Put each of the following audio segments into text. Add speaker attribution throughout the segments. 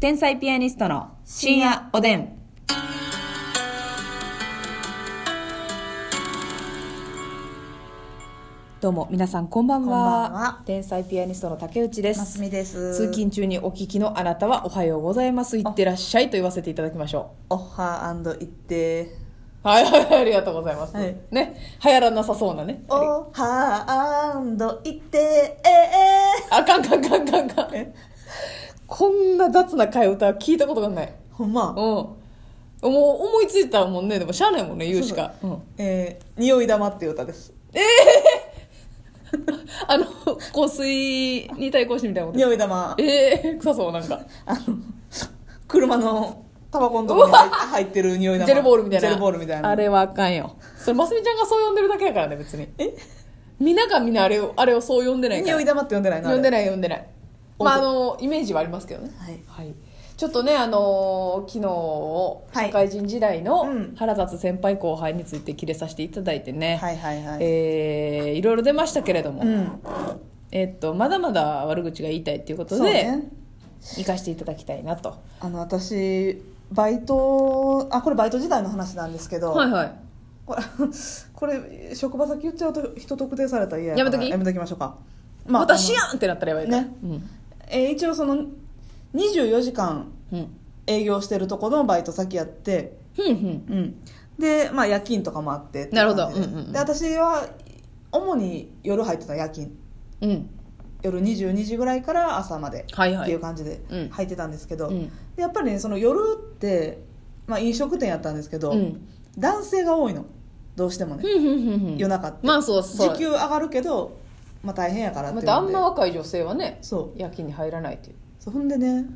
Speaker 1: 天才ピアニストの深夜おでん。どうも皆さんこんばんは
Speaker 2: こんばんは
Speaker 1: 天才ピアニストの竹内で
Speaker 2: ます
Speaker 1: す
Speaker 2: みです
Speaker 1: 通勤中にお聞きのあなたはおはようございますいってらっしゃいと言わせていただきましょ
Speaker 2: オッハー行って
Speaker 1: うはいはいはいありがとうございます、
Speaker 2: はい
Speaker 1: ね流行らなさそうなねあれ
Speaker 2: オッハー行ってえ
Speaker 1: あかんかんかんかんかんこんな雑な替え歌は聞いたことがない
Speaker 2: ーほん
Speaker 1: うん
Speaker 2: ま
Speaker 1: もう思いついたもんねでもしゃあないもんね言うしかうん
Speaker 2: えー、匂い玉っていう歌です
Speaker 1: あの香水に対抗してみたいなこと
Speaker 2: 匂い玉
Speaker 1: ええー、臭そうなんか
Speaker 2: あの車のタバコのとこに入入ってる匂い玉
Speaker 1: ジェルボールみたいな
Speaker 2: ジェルボールみたいな
Speaker 1: あれはあかんよそれますみちゃんがそう呼んでるだけやからね別に
Speaker 2: え
Speaker 1: みんながみんなあれをあれをそう呼んでないから
Speaker 2: 匂い玉って呼んでないな
Speaker 1: 呼んで
Speaker 2: ない
Speaker 1: ない呼んでないまああのイメージはありますけどね
Speaker 2: はい
Speaker 1: はいちょっとねあのー昨
Speaker 2: は
Speaker 1: 日
Speaker 2: い
Speaker 1: 社会人時代の
Speaker 2: うん
Speaker 1: 腹立つ先輩後輩について切れさせていただいてね、
Speaker 2: はいはいはい
Speaker 1: えーいろいろ出ましたけれども、
Speaker 2: うん
Speaker 1: えっとまだまだ悪口が言いたいっていうこと
Speaker 2: そう
Speaker 1: で、
Speaker 2: ね
Speaker 1: 生かしていただきたいなと
Speaker 2: あの私バイトあこれバイト時代の話なんですけど、
Speaker 1: はいはい
Speaker 2: これ これ職場先言っちゃうと人特定されたら嫌やから
Speaker 1: やめとき
Speaker 2: やめときましょうか、
Speaker 1: ま
Speaker 2: あ
Speaker 1: 私やんってなったらやばいから
Speaker 2: ねえー一応その24時間
Speaker 1: うんうん
Speaker 2: 営業してるところのバイト先やって、
Speaker 1: ふんふん
Speaker 2: うん、で、まあ、夜勤とかもあってって
Speaker 1: なるほど
Speaker 2: 感じで
Speaker 1: うんうんうん
Speaker 2: で私は主に夜入ってた夜勤
Speaker 1: うん
Speaker 2: 夜22時ぐらいから朝まで
Speaker 1: はいはい
Speaker 2: っていう感じで
Speaker 1: うん
Speaker 2: 入ってたんですけど、
Speaker 1: うん
Speaker 2: でやっぱりねその夜って、まあ、飲食店やったんですけど、
Speaker 1: うん
Speaker 2: 男性が多いのどうしてもね、
Speaker 1: ふんふんふんふん
Speaker 2: 夜中って、
Speaker 1: まあそうそう
Speaker 2: 時給上がるけど、まあ、大変やからって
Speaker 1: ま
Speaker 2: いう
Speaker 1: たあん
Speaker 2: ので、
Speaker 1: ま若い女性はね
Speaker 2: そう
Speaker 1: 夜勤に入らないっていう
Speaker 2: そうほんでね、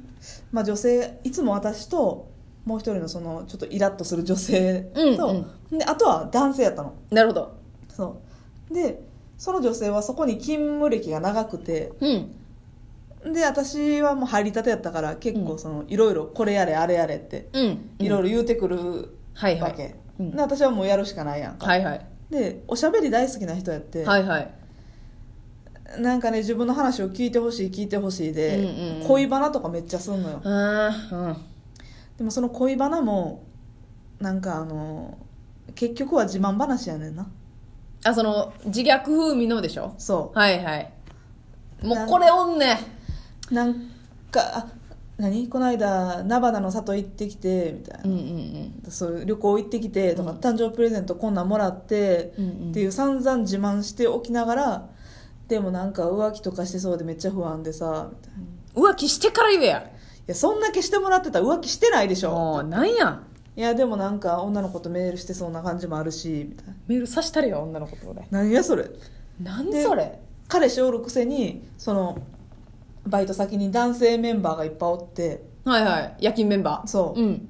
Speaker 2: まあ、女性いつも私ともう一人のそのちょっとイラッとする女性と、
Speaker 1: うん
Speaker 2: であとは男性やったの
Speaker 1: なるほど
Speaker 2: そうでその女性はそこに勤務歴が長くて
Speaker 1: うん
Speaker 2: で私はもう入りたてやったから結
Speaker 1: う
Speaker 2: 構
Speaker 1: ん
Speaker 2: そのいろいろこれやれあれやれって
Speaker 1: うん
Speaker 2: いろい
Speaker 1: ろ
Speaker 2: ろ言うてくる
Speaker 1: はいは
Speaker 2: わ
Speaker 1: い
Speaker 2: け、
Speaker 1: うん
Speaker 2: で私はもうやるしかないやんか、
Speaker 1: はいはい
Speaker 2: でおしゃべり大好きな人やって、
Speaker 1: はいはい
Speaker 2: なんかね自分の話を聞いてほしい聞いてほしいで、
Speaker 1: うんうんうん
Speaker 2: 恋バナとかめっちゃすんのよ、
Speaker 1: あー
Speaker 2: でもその恋バナもなんかあの結局は自慢話やねんな
Speaker 1: うんあその自虐風味のでしょ
Speaker 2: そ
Speaker 1: はいはいも
Speaker 2: な
Speaker 1: うんこれおんね
Speaker 2: うなんかあ何この間菜花の里行ってきてみたいな
Speaker 1: う、んうん
Speaker 2: そう旅行行ってきてとか、
Speaker 1: うん
Speaker 2: 誕生日プレゼントこんなんもらって、
Speaker 1: うんうん
Speaker 2: っていう散々自慢しておきながらでもなんか浮気とかしてそうでめっちゃ不安でさみたいない
Speaker 1: うん浮気してから言えや
Speaker 2: やそんだけしてもらってたら浮気してないでしょ
Speaker 1: もうなんや
Speaker 2: いやでもなんか女の子とメールしてそうな感じもあるしみたいな
Speaker 1: メールさしたれよ女の子と俺
Speaker 2: 何やそれ
Speaker 1: なん
Speaker 2: で
Speaker 1: それ
Speaker 2: 彼氏おるくせにそのバイト先に男性メンバーがいっぱいおって
Speaker 1: はいはい夜勤メンバー
Speaker 2: そう
Speaker 1: うん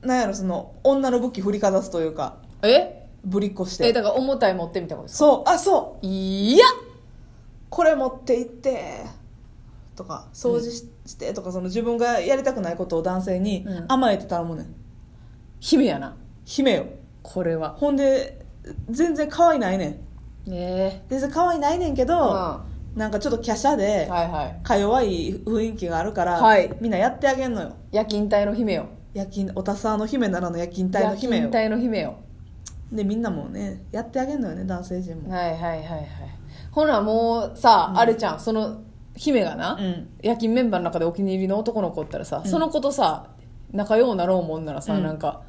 Speaker 2: なんやろその女の武器振りかざすというか
Speaker 1: え
Speaker 2: ぶりっこし
Speaker 1: え
Speaker 2: て
Speaker 1: だから重たい持ってみたいなことです
Speaker 2: そうあそう
Speaker 1: いや
Speaker 2: これ持って行ってとか掃除し,、てとかその自分がやりたくないことを男性に
Speaker 1: うん
Speaker 2: 甘えてたらもうねん
Speaker 1: 姫やな
Speaker 2: 姫よ
Speaker 1: これは
Speaker 2: ほんで全然可愛いないねん
Speaker 1: ね
Speaker 2: 全然可愛いないねんけ
Speaker 1: えうん
Speaker 2: ど、
Speaker 1: は
Speaker 2: なんかちょっと華奢
Speaker 1: い
Speaker 2: で
Speaker 1: はい
Speaker 2: か弱い雰囲気があるから、
Speaker 1: はい
Speaker 2: みんなやってあげんのよ
Speaker 1: 夜勤隊の姫よ
Speaker 2: 夜勤おたさの姫ならの夜勤隊の
Speaker 1: 夜
Speaker 2: 姫よ
Speaker 1: 勤隊の姫よ
Speaker 2: でみんなもねやってあげんのよね男性陣も
Speaker 1: はいはいはいはいほらもうさ、あれちゃんその姫がな、
Speaker 2: うん
Speaker 1: 夜勤メンバーの中でお気に入りの男の子おったらさ、その子とさ仲良うなろうもんならさ、
Speaker 2: うん
Speaker 1: なんか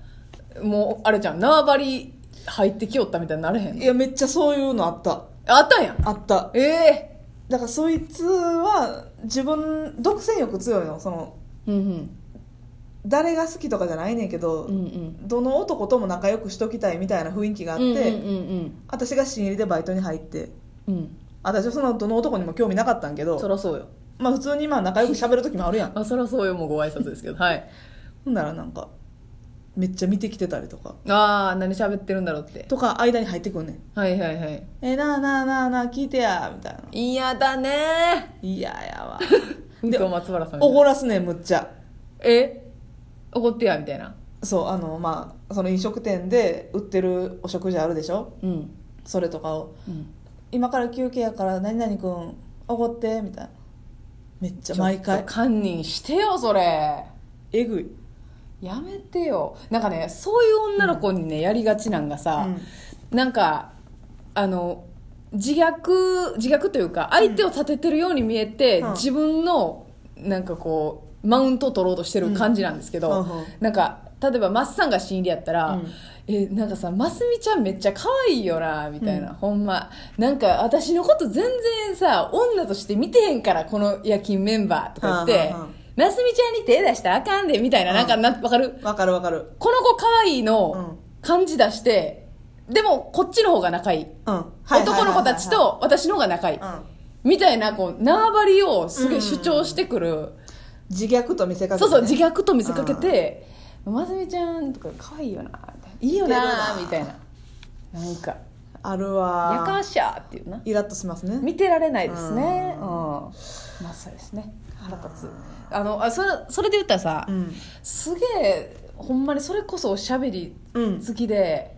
Speaker 1: もうあれちゃん縄張り入ってきよったみたいになれへん
Speaker 2: いやめっちゃそういうのあった
Speaker 1: あったんやん
Speaker 2: あった
Speaker 1: ええ
Speaker 2: だからそいつは自分独占欲強いのその
Speaker 1: うん
Speaker 2: 誰が好きとかじゃないねんけど、
Speaker 1: うんうんうん
Speaker 2: どの男とも仲良くしときたいみたいな雰囲気があって、
Speaker 1: うんうん
Speaker 2: 私が新入りでバイトに入って
Speaker 1: うんうん
Speaker 2: 私はそのどの男にも興味なかったんけ
Speaker 1: そ
Speaker 2: ど
Speaker 1: らそうよ
Speaker 2: まあ普通にまあ仲良く喋る時もあるやん
Speaker 1: あそらそうよもうご挨拶ですけどはい
Speaker 2: ほんならなんかめっちゃ見てきてたりとか
Speaker 1: ああ何喋ってるんだろうって
Speaker 2: とか間に入ってくんねん
Speaker 1: はいはいはい
Speaker 2: 「えなあなあなあなあ聞いてや」みたいな
Speaker 1: 嫌だね
Speaker 2: 「いや やわ」
Speaker 1: うんと松原さん
Speaker 2: おごらすねんむっちゃ
Speaker 1: え怒ってやみたいな
Speaker 2: そうあのまあその飲食店で売ってるお食事あるでしょ
Speaker 1: うん
Speaker 2: それとかを
Speaker 1: うん
Speaker 2: 今から休憩やから何々くんおごってみたいなめっちゃ毎
Speaker 1: ちょ
Speaker 2: 回
Speaker 1: っと堪忍してよそれ
Speaker 2: えぐい
Speaker 1: やめてよなんかねそういう女の子にねやりがちなんがさ、なんかあの自虐自虐というか相手を立ててるように見えて、
Speaker 2: うん
Speaker 1: 自分のなんかこうマウントを取ろうとしてる感じなんですけど、
Speaker 2: うんうんうん
Speaker 1: なんか例えばマッサンが死んでやったら、
Speaker 2: うん
Speaker 1: えなんかさますみちゃんめっちゃ可愛いよなみたいな、ほんまなんか私のこと全然さ女として見てへんからこの夜勤メンバーとか言って、
Speaker 2: うんうんうん
Speaker 1: ますみちゃんに手出したらあかんでみたいな、なんかなわかる
Speaker 2: わかるわかる
Speaker 1: この子可愛い
Speaker 2: うん
Speaker 1: の感じ出して、でもこっちの方が仲いい。
Speaker 2: うん
Speaker 1: 男の子たちと私の方が仲いい。みたいな、こう、縄張りをすごい主張してくる。
Speaker 2: 自虐と見せかけ
Speaker 1: そうそう、自
Speaker 2: 虐
Speaker 1: 虐と見せかけて、まずみちゃんとか可愛いよな、いいよな、みたいな。なんか、
Speaker 2: ある
Speaker 1: やか
Speaker 2: わ
Speaker 1: ましゃーっていうな。
Speaker 2: イラッとしますね
Speaker 1: 見てられないですね。うん。まあそうですね。腹立つ。あの、あそれ、それで言ったらさ、
Speaker 2: うん
Speaker 1: すげえほんまにそれこそおしゃべり
Speaker 2: うん
Speaker 1: 好きで、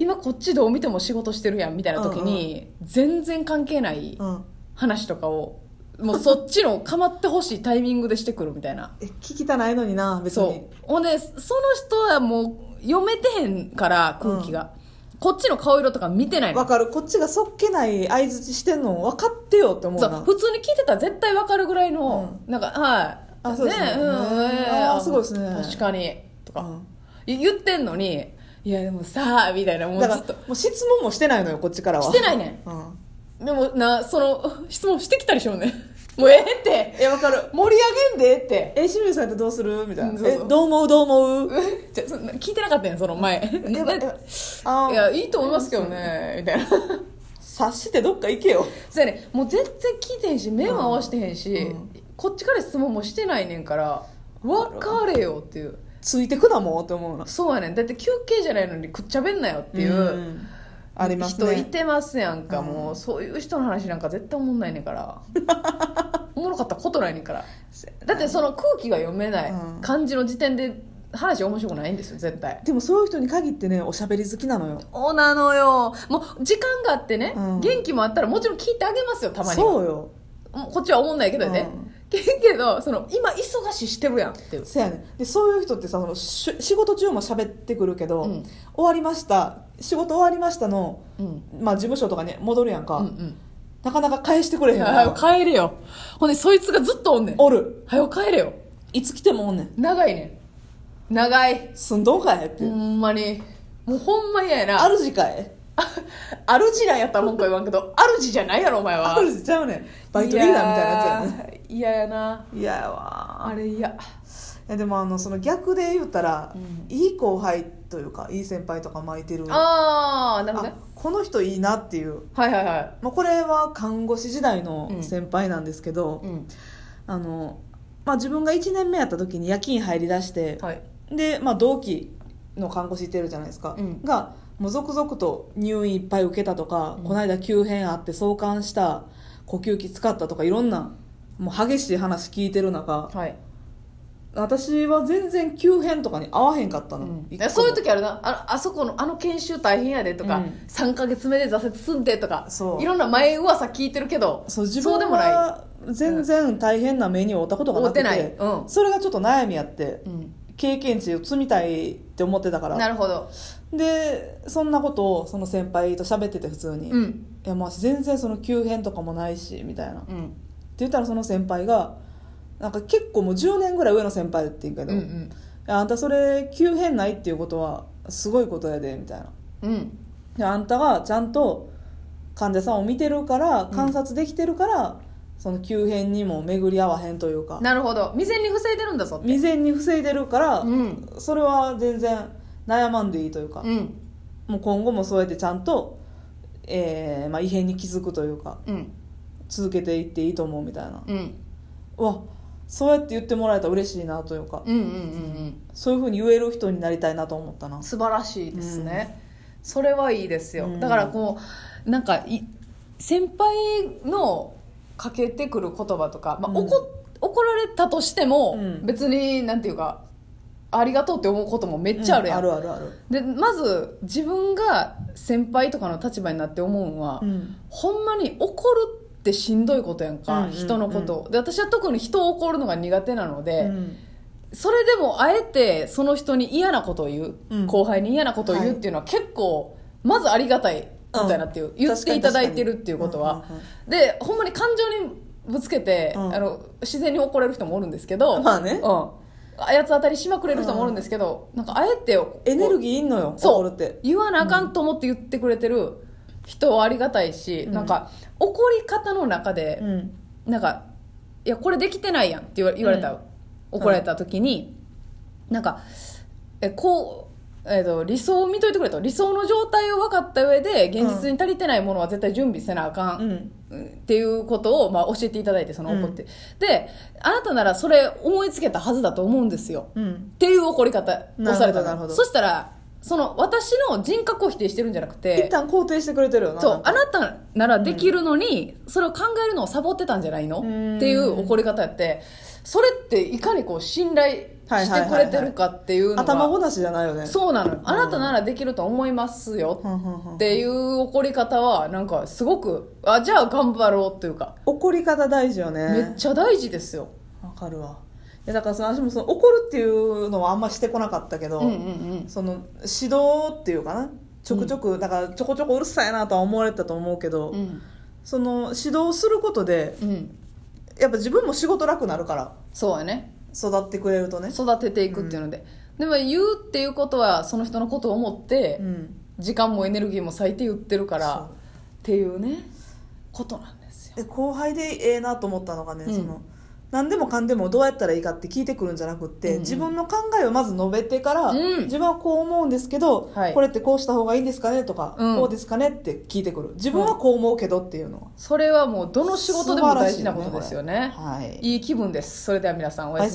Speaker 1: 今こっちどう見ても仕事してるやんみたいな時に、全然関係ない
Speaker 2: うん
Speaker 1: 話とかをもうそっちの構ってほしい タイミングでしてくるみたいな
Speaker 2: え聞きたないのにな別に
Speaker 1: そうほんでその人はもう読めてへんから空気が、こっちの顔色とか見てないの
Speaker 2: わかるこっちがそっけない相づちしてんの分かってよって思う
Speaker 1: そ
Speaker 2: な
Speaker 1: う普通に聞いてたら絶対わかるぐらいの、なんかはい
Speaker 2: あそうですね
Speaker 1: うん
Speaker 2: うん
Speaker 1: ええ
Speaker 2: あーすごいですね
Speaker 1: 確かにとか、
Speaker 2: うん
Speaker 1: い言ってんのにいやでもさあみたいなもうず
Speaker 2: だか
Speaker 1: っ
Speaker 2: ら
Speaker 1: と
Speaker 2: もう質問もしてないのよこっちからは
Speaker 1: してないね
Speaker 2: うん
Speaker 1: でもなその質問してきたりしようねもうええって
Speaker 2: えわかる
Speaker 1: 盛り上げんでええって
Speaker 2: え清水さんってどうするみたい
Speaker 1: うん
Speaker 2: な
Speaker 1: そう
Speaker 2: え
Speaker 1: そう
Speaker 2: どう思うどう思う
Speaker 1: じゃそんな聞いてなかったやんその前
Speaker 2: ええ
Speaker 1: ね
Speaker 2: あ
Speaker 1: い
Speaker 2: い
Speaker 1: や
Speaker 2: や
Speaker 1: いいと思いますけどねみたいな
Speaker 2: 察してどっか行けよ
Speaker 1: そうやねもう全然聞いてへんし目も合わしてへんし、
Speaker 2: うん
Speaker 1: こっちから質問もしてないねんから分かれよっていう
Speaker 2: ついてくなもうって思うな
Speaker 1: そうやねんだって休憩じゃないのにくっちゃべんなよっていう、
Speaker 2: んありますね
Speaker 1: 人いてますやんか、
Speaker 2: うん
Speaker 1: もうそういう人の話なんか絶対おもんないねんから おもろかったことないねんからだってその空気が読めない
Speaker 2: うん
Speaker 1: 感じの時点で話面白くないんですよ絶対
Speaker 2: でもそういう人に限ってねおしゃべり好きなのよ
Speaker 1: そうなのよもう時間があってね、
Speaker 2: うん
Speaker 1: 元気もあったらもちろん聞いてあげますよたまには
Speaker 2: そうよ
Speaker 1: もうこっちはおもんないけどね、
Speaker 2: うん
Speaker 1: けどその今忙しいしてるやんっていう
Speaker 2: せやねでそういう人ってさそのし仕事中もしゃべってくるけど、
Speaker 1: うん
Speaker 2: 終わりました仕事終わりましたの、
Speaker 1: うん
Speaker 2: まあ、事務所とかに戻るやんか、
Speaker 1: うんうん
Speaker 2: なかなか返してくれへん
Speaker 1: はよ
Speaker 2: な
Speaker 1: 帰れよほんでそいつがずっとおんねん
Speaker 2: おる
Speaker 1: はよ帰れよ
Speaker 2: いつ来てもおんねん
Speaker 1: 長いねん長い
Speaker 2: すんどんかいって、
Speaker 1: ほんまにもうほんま嫌やな
Speaker 2: あるじかい
Speaker 1: あるじなんやったら文句は言わんけどあるじじゃないやろお前は
Speaker 2: あるじちゃうねんバイトリーダーみたいなやつやね
Speaker 1: やつや嫌やな
Speaker 2: 嫌やわ
Speaker 1: あれ嫌
Speaker 2: いやでもあのその逆で言ったら、
Speaker 1: うん
Speaker 2: いい後輩というかいい先輩とか巻いてる
Speaker 1: ああなるほど
Speaker 2: あ
Speaker 1: ね
Speaker 2: この人いいなっていう、
Speaker 1: はいはいは
Speaker 2: まあ、これは看護師時代
Speaker 1: う
Speaker 2: の
Speaker 1: ん
Speaker 2: 先輩なんですけど、
Speaker 1: いうん
Speaker 2: あのまあ、自分が1年目やった時に夜勤入りだして、
Speaker 1: はい
Speaker 2: で、まあ、同期の看護師いてるじゃないですか、
Speaker 1: うん
Speaker 2: がもう続々と入院いっぱい受けたとか、
Speaker 1: うん
Speaker 2: この間急変あって相関した呼吸器使ったとかいろんなもう激しい話聞いてる中
Speaker 1: はい、
Speaker 2: 私は全然急変とかに合わへんかったの、
Speaker 1: うん
Speaker 2: 一個も
Speaker 1: そういう時あるなああそこのあの研修大変やでとか、
Speaker 2: うん
Speaker 1: 三3か月目で挫折すんでとか
Speaker 2: そう
Speaker 1: ろんな前噂聞いてるけど
Speaker 2: そう自分
Speaker 1: でもない
Speaker 2: は全然大変な目に遭ったことがなくて,、
Speaker 1: 遭ってないうん
Speaker 2: それがちょっと悩みやって、
Speaker 1: うん
Speaker 2: 経験値を積みたいって思ってたから
Speaker 1: なるほど
Speaker 2: でそんなことをその先輩と喋ってて普通に、
Speaker 1: う
Speaker 2: い
Speaker 1: ん
Speaker 2: やもう全然その急変とかもないしみたいな、って
Speaker 1: うん
Speaker 2: 言ったらその先輩がなんか結構もう10年ぐらい上の先輩って言うけ
Speaker 1: うん
Speaker 2: ど、
Speaker 1: う
Speaker 2: い
Speaker 1: ん
Speaker 2: やあんたそれ急変ないっていうことはすごいことやでみたいな
Speaker 1: うん
Speaker 2: であんたがちゃんと患者さんを見てるから観察できてるから、その急変にも巡り合わへんというか
Speaker 1: なるほど未然に防いでるんだぞって
Speaker 2: 未然に防いでるから、
Speaker 1: うん
Speaker 2: それは全然悩まんでいいというか、
Speaker 1: うん
Speaker 2: もう今後もそうやってちゃんと、えーまあ、異変に気づくというか
Speaker 1: うん
Speaker 2: 続けていっていいと思うみたいな、
Speaker 1: うん
Speaker 2: うわそうやって言ってもらえたら嬉しいなというか、
Speaker 1: うんうんうん
Speaker 2: そういうふうに言える人になりたいなと思ったな
Speaker 1: うん素晴らしいですね、それはいいですよ、
Speaker 2: うん
Speaker 1: だからこうなんかい先輩のかけてくる言葉とか、まあ
Speaker 2: うん
Speaker 1: 怒怒られたとしても、
Speaker 2: うん
Speaker 1: 別になんていうかありがとうって思うこともめっちゃあるやん、
Speaker 2: うんあるあるある、
Speaker 1: でまず自分が先輩とかの立場になって思うのは、
Speaker 2: うん
Speaker 1: ほんまに怒るってしんどいことやんか、
Speaker 2: うんうんうん
Speaker 1: 人のことで私は特に人を怒るのが苦手なので、
Speaker 2: うん
Speaker 1: それでもあえてその人に嫌なことを言う、
Speaker 2: うん
Speaker 1: 後輩に嫌なことを言う
Speaker 2: はい
Speaker 1: っていうのは結構まずありがたいみたいなっていう、
Speaker 2: うん
Speaker 1: 言っていただいてるっていうことは
Speaker 2: 確、かに
Speaker 1: でほんまに感情にぶつけて、
Speaker 2: うん
Speaker 1: あの自然に怒れる人もおるんですけど、
Speaker 2: まあね
Speaker 1: うん、あやつ当たりしまくれる人もおるんですけど、なんかあえて
Speaker 2: エネル
Speaker 1: ギ
Speaker 2: ギーいんのよ
Speaker 1: そ
Speaker 2: 怒るっ
Speaker 1: う
Speaker 2: て
Speaker 1: 言わなあかんと思って言ってくれてる人はありがたいし、
Speaker 2: うん
Speaker 1: なんか怒り方の中で
Speaker 2: う、ん
Speaker 1: なんか「いやこれできてないやん」って言わ言われた、
Speaker 2: うん
Speaker 1: 怒られた時に、なんかえこう、えー、と理想を見といてくれと理想の状態を分かった上で現実に足りてないものは絶対準備せなあかん、
Speaker 2: うん
Speaker 1: っていうことを、まあ、教えていただいてその怒って、であなたならそれ思いつけたはずだと思うんですよ、
Speaker 2: う
Speaker 1: っ
Speaker 2: ん
Speaker 1: ていう怒り方をされた
Speaker 2: なるほどなるほ
Speaker 1: の
Speaker 2: ど
Speaker 1: そしたらその私の人格を否定してるんじゃなくて
Speaker 2: 一旦肯定してくれてるよな
Speaker 1: そう
Speaker 2: なんか
Speaker 1: あなたならできるのに、それを考えるのをサボってたんじゃないの
Speaker 2: ん
Speaker 1: っていう怒り方やってそれっていかにこう信頼してくれてるかっていうのが、
Speaker 2: 頭ごなしじゃないよね
Speaker 1: そうなのあなたならできると思いますよ
Speaker 2: はんはんはん
Speaker 1: っていう怒り方はなんかすごくあじゃあ頑張ろうっていうか
Speaker 2: 怒り方大事よね
Speaker 1: めっちゃ大事ですよ、
Speaker 2: わかるわいやだからその私もその怒るっていうのはあんましてこなかったけど、
Speaker 1: うんうんうん
Speaker 2: その指導っていうかなちょくちょく、だからちょこちょこうるさいなとは思われてたと思うけど、
Speaker 1: うん
Speaker 2: その指導することで
Speaker 1: うん
Speaker 2: やっぱ自分も仕事楽になるから
Speaker 1: そうやね
Speaker 2: 育ってくれるとね
Speaker 1: 育てていくっていうので、でも言うっていうことはその人のことを思って、
Speaker 2: うん
Speaker 1: 時間もエネルギーも割いて言ってるから
Speaker 2: そう
Speaker 1: っていうねことなんですよ
Speaker 2: で後輩でええなと思ったのがね、
Speaker 1: うん
Speaker 2: その何でもかんでもどうやったらいいかって聞いてくるんじゃなくって、
Speaker 1: うんうん
Speaker 2: 自分の考えをまず述べてから、
Speaker 1: うん
Speaker 2: 自分はこう思うんですけど、
Speaker 1: はい
Speaker 2: これってこうした方がいいんですかねとか、
Speaker 1: うん
Speaker 2: こうですかねって聞いてくる自分はこう思うけどっていうのは、
Speaker 1: それはもうどの仕事でも大事なことですよね
Speaker 2: はい
Speaker 1: いい気分ですそれでは皆さんお
Speaker 2: お
Speaker 1: やすみなさい